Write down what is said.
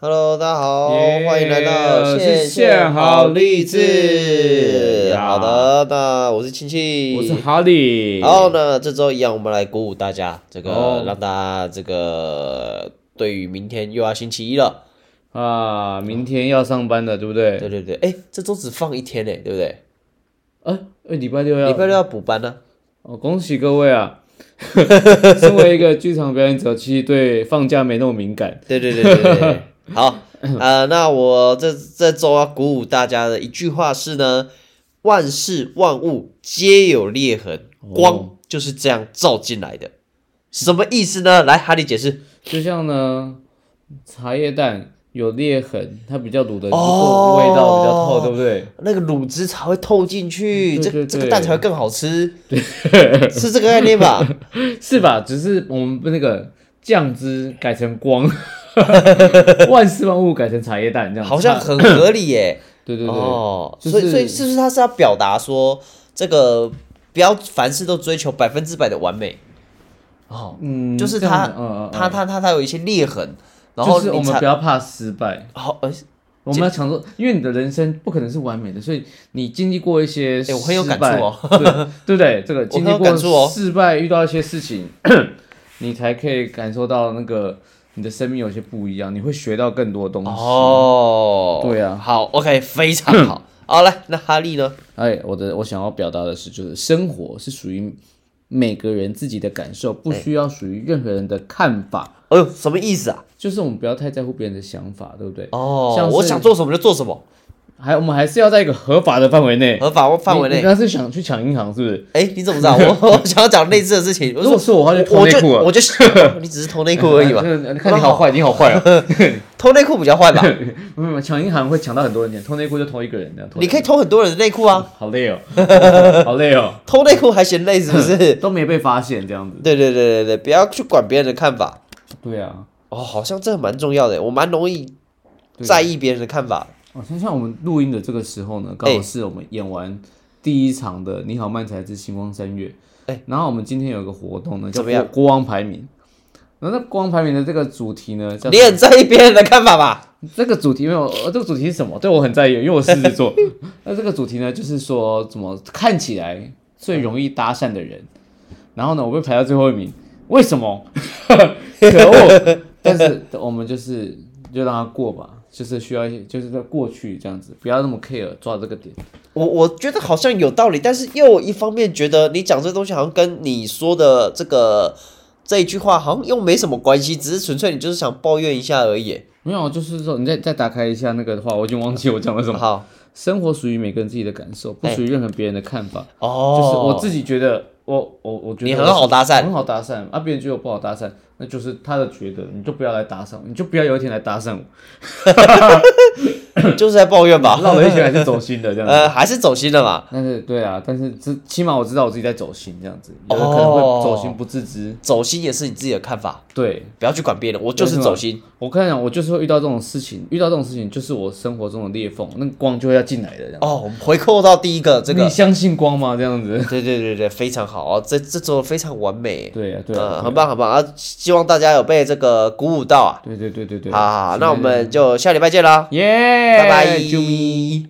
Hello，大家好耶欢迎来到是谢谢好励志好的，那我是亲戚，我是哈利。然后呢，这周一样，我们来鼓舞大家，这个、哦让大家这个对于明天又要星期一了，啊，明天要上班了，对不对？对对对，哎，这周只放一天呢，对不对？啊，呃礼拜六要礼拜六要补班啊呢、哦，恭喜各位啊！ 身为一个剧场表演者，其实对放假没那么敏感。对对对对对 对，好，呃，那我这这周要鼓舞大家的一句话是呢，万事万物皆有裂痕，哦光就是这样照进来的，什么意思呢？来，哈利解释。就像呢，茶叶蛋有裂痕，它比较卤的，哦味道比较透，对不对？那个卤汁才会透进去，嗯对这对这对个蛋才会更好吃， 是这个概念 吧？是吧？只是我们那个酱汁改成 光，万事万物改成茶叶蛋这样子，好像很合理耶。对对对，哦，就所以所以是是不是他是要表达说，这个不要凡事都追求百分之百的完美？哦，嗯，就是这样它子嗯嗯嗯，他他他他有一些裂痕，然后就是我你们才不要嗯怕失败。好，呃，我们要强说，因为你的人生不可能是完美的，所以你经历过一些失哎败，我很有感触哦 对对不对？这个经历我很有感触哦过失败，遇到一些事情， 你才可以感受到那个你的生命有些不一样，你会学到更多东西。哦，对啊好，OK，非常 好。好，来，那哈利呢？哎，我的我想要表达的是，就是生活是属于每个人自己的感受，不需要属于任何人的看法。哎呦，什么意思啊？就是我们不要太在乎别人的想法，对不对？像哦，是我想做什么就做什么，还我们还是要在一个合法的范围内。合法范围你你内。刚刚是想去抢银行，是不是？哎，你怎么知道？ 我我想要讲类似的事情。我如说，果是我的话，就我脱内就裤了。我就 你只是偷内裤而已吧？嗯看你好坏，你好坏啊！ 偷内裤比较坏吧？没有没有，抢银行会抢到很多人钱，偷内裤就偷一个人这样。偷你可以偷很多人的内裤啊，好累 哦，好累哦，偷内裤还嫌累是不 是？都没被发现这样子。对对对对对，不要去管别人的看法。对啊，哦，好像这个蛮重要的，我蛮容易对啊在意别人的看法。哦，像像我们录音的这个时候呢，刚好是我们演完第一场的《你好，漫才之星光三月》。哎，然后我们今天有个活动呢，怎叫么样国国王排名。然后那国王排名的这个主题呢，叫你很在意别人的看法吧？这个主题没有，呃，这个主题是什么？对我很在意，因为我狮子座。那这个主题呢，就是说怎么看起来最容易搭讪的人。然后呢，我被排到最后一名，为什么？可恶！但是我们就是就让他过吧，就是需要一些，就是在过去这样子，不要那么 care 抓这个点。我我觉得好像有道理，但是又有一方面觉得你讲这东西好像跟你说的这个这一句话好像又没什么关系，只是纯粹你就是想抱怨一下而已。没有，就是说你再再打开一下那个的话，我已经忘记我讲了什么。好生活属于每个人自己的感受，不属于任何别人的看法。哦，就是我自己觉得，我我我觉得你很好搭讪很好搭讪啊，别人觉得我不好搭讪，那就是他的觉得，你就不要来搭讪我，你就不要有一天来搭讪我， 就是在抱怨吧，绕了一圈还是走心的这样 子。呃，还是走心了嘛。但是对啊，但是这起码我知道我自己在走心这样子，有的可能会哦走心不自知。走心也是你自己的看法，对不要去管别人，我就是走心。我跟你讲，我就是会遇到这种事情，遇到这种事情就是我生活中的裂缝，那个光就会要进来的这样。哦，我们回扣到第一个这你个，相信光吗？这样子。对对对对，非常好哦，这这做的非常完美，对啊，对嗯，啊，很棒很棒啊！希望大家有被这个鼓舞到啊。对对对对对。好好，好那我们就下礼拜见啦，耶，拜拜，啾咪。咪。